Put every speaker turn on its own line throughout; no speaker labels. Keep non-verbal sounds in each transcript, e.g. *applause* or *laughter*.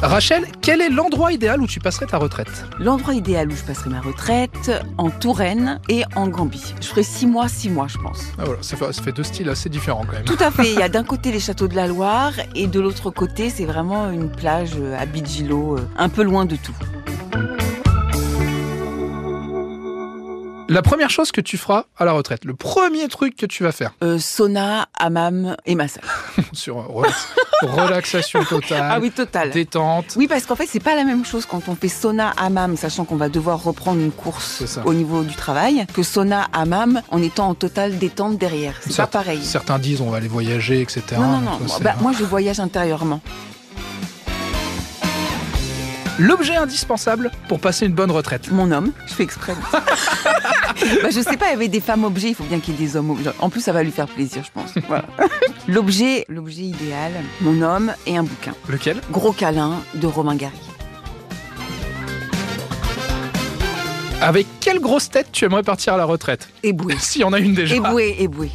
Rachel, quel est l'endroit idéal où tu passerais ta retraite
L'endroit idéal où je passerai ma retraite, en Touraine et en Gambie. Je ferai six mois, six mois, je pense.
ah, voilà, ça, fait, ça fait deux styles assez différents quand même.
Tout à fait. Il y a d'un côté les châteaux de la Loire et de l'autre côté, c'est vraiment une plage euh, à Bidjilo, euh, un peu loin de tout.
La première chose que tu feras à la retraite, le premier truc que tu vas faire *laughs*
Euh, sauna, hammam et massage.
sur euh, *laughs* relax- relaxation totale,
Ah oui, total.
détente,
Oui, parce qu'en fait, c'est pas la même chose quand on fait sauna hammam, sachant qu'on va devoir reprendre une course
C'est ça.
au niveau du travail, que sauna hammam en étant en totale détente derrière. C'est pas
Certes.
pareil.
Certains disent on va aller voyager, etc.
Non, non, non.
Ça,
Moi,
c'est-
bah, moi, je voyage intérieurement.
L'objet indispensable pour passer une bonne retraite.
Mon homme, je fais exprès. *laughs* bah, je sais pas, il y avait des femmes objets, il faut bien qu'il y ait des hommes objets. En plus, ça va lui faire plaisir, je pense. Voilà. *laughs* L'objet, l'objet idéal, mon homme et un bouquin.
Lequel
Gros câlin de Romain Gary.
Avec quelle grosse tête tu aimerais partir à la retraite
Éboué.
*laughs* S'il y en a une déjà.
Éboué, éboué.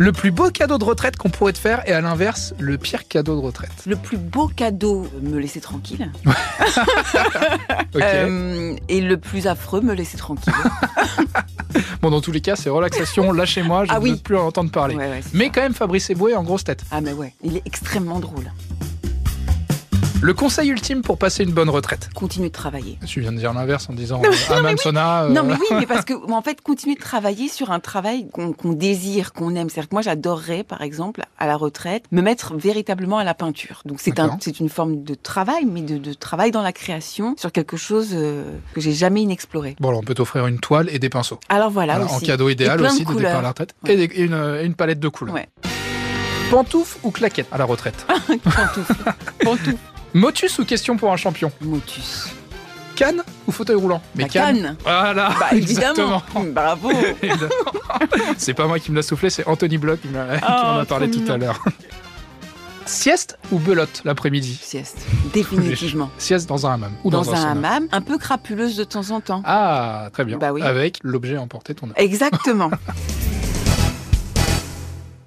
Le plus beau cadeau de retraite qu'on pourrait te faire et à l'inverse, le pire cadeau de *laughs* retraite.
Le plus beau cadeau, me laisser tranquille.
Ok.
Euh, et le plus affreux, me laisser tranquille.
Bon, dans tous les cas, c'est relaxation, lâchez-moi, je
Ah
ne
oui.
veux plus en entendre parler.
Ouais, ouais, c'est
Mais
ça.
quand même, Fabrice Eboué en grosse tête.
Ah mais ouais, il est extrêmement drôle.
Le conseil ultime pour passer une bonne retraite.
Continue de travailler.
Tu viens de dire l'inverse en disant euh, Amam Sona, euh,
Non mais oui, mais parce que en fait, continue de travailler sur un travail qu'on qu'on désire, qu'on aime. C'est-à-dire que moi, j'adorerais, par exemple, à la retraite, me mettre véritablement à la peinture. Donc c'est un,
D'accord.
c'est une forme de travail, mais de, de travail dans la création sur quelque chose euh, que j'ai jamais inexploré.
Bon, alors on peut t'offrir une toile et des pinceaux.
Alors voilà,
Voilà, en
aussi.
cadeau idéal
Et plein
aussi
de
de départ à
couleurs.
la retraite.
Ouais.
Et, des- et une, euh, une palette de couleurs.
Ouais. Ah.
Pantoufles ou claquettes à la retraite *laughs*
Pantoufles. Pantoufles.
Motus ou question pour un champion
Motus.
Canne ou fauteuil roulant
La canne.
Voilà, *laughs*
Bah évidemment.
exactement.
Bravo.
Évidemment. c'est pas moi qui me l'a soufflé, c'est Anthony Bloch qui, m'a- *laughs* qui en a
Oh,
parlé
trop
tout à
mignon.
l'heure. *laughs* Sieste ou belote l'après-midi
Sieste. Définitivement.
Sieste dans un hammam ou dans,
Dans un
sauna.
hammam, un peu crapuleuse de temps en temps.
Ah, très bien.
Bah oui.
Avec l'objet emporté ton œuvre.
Exactement.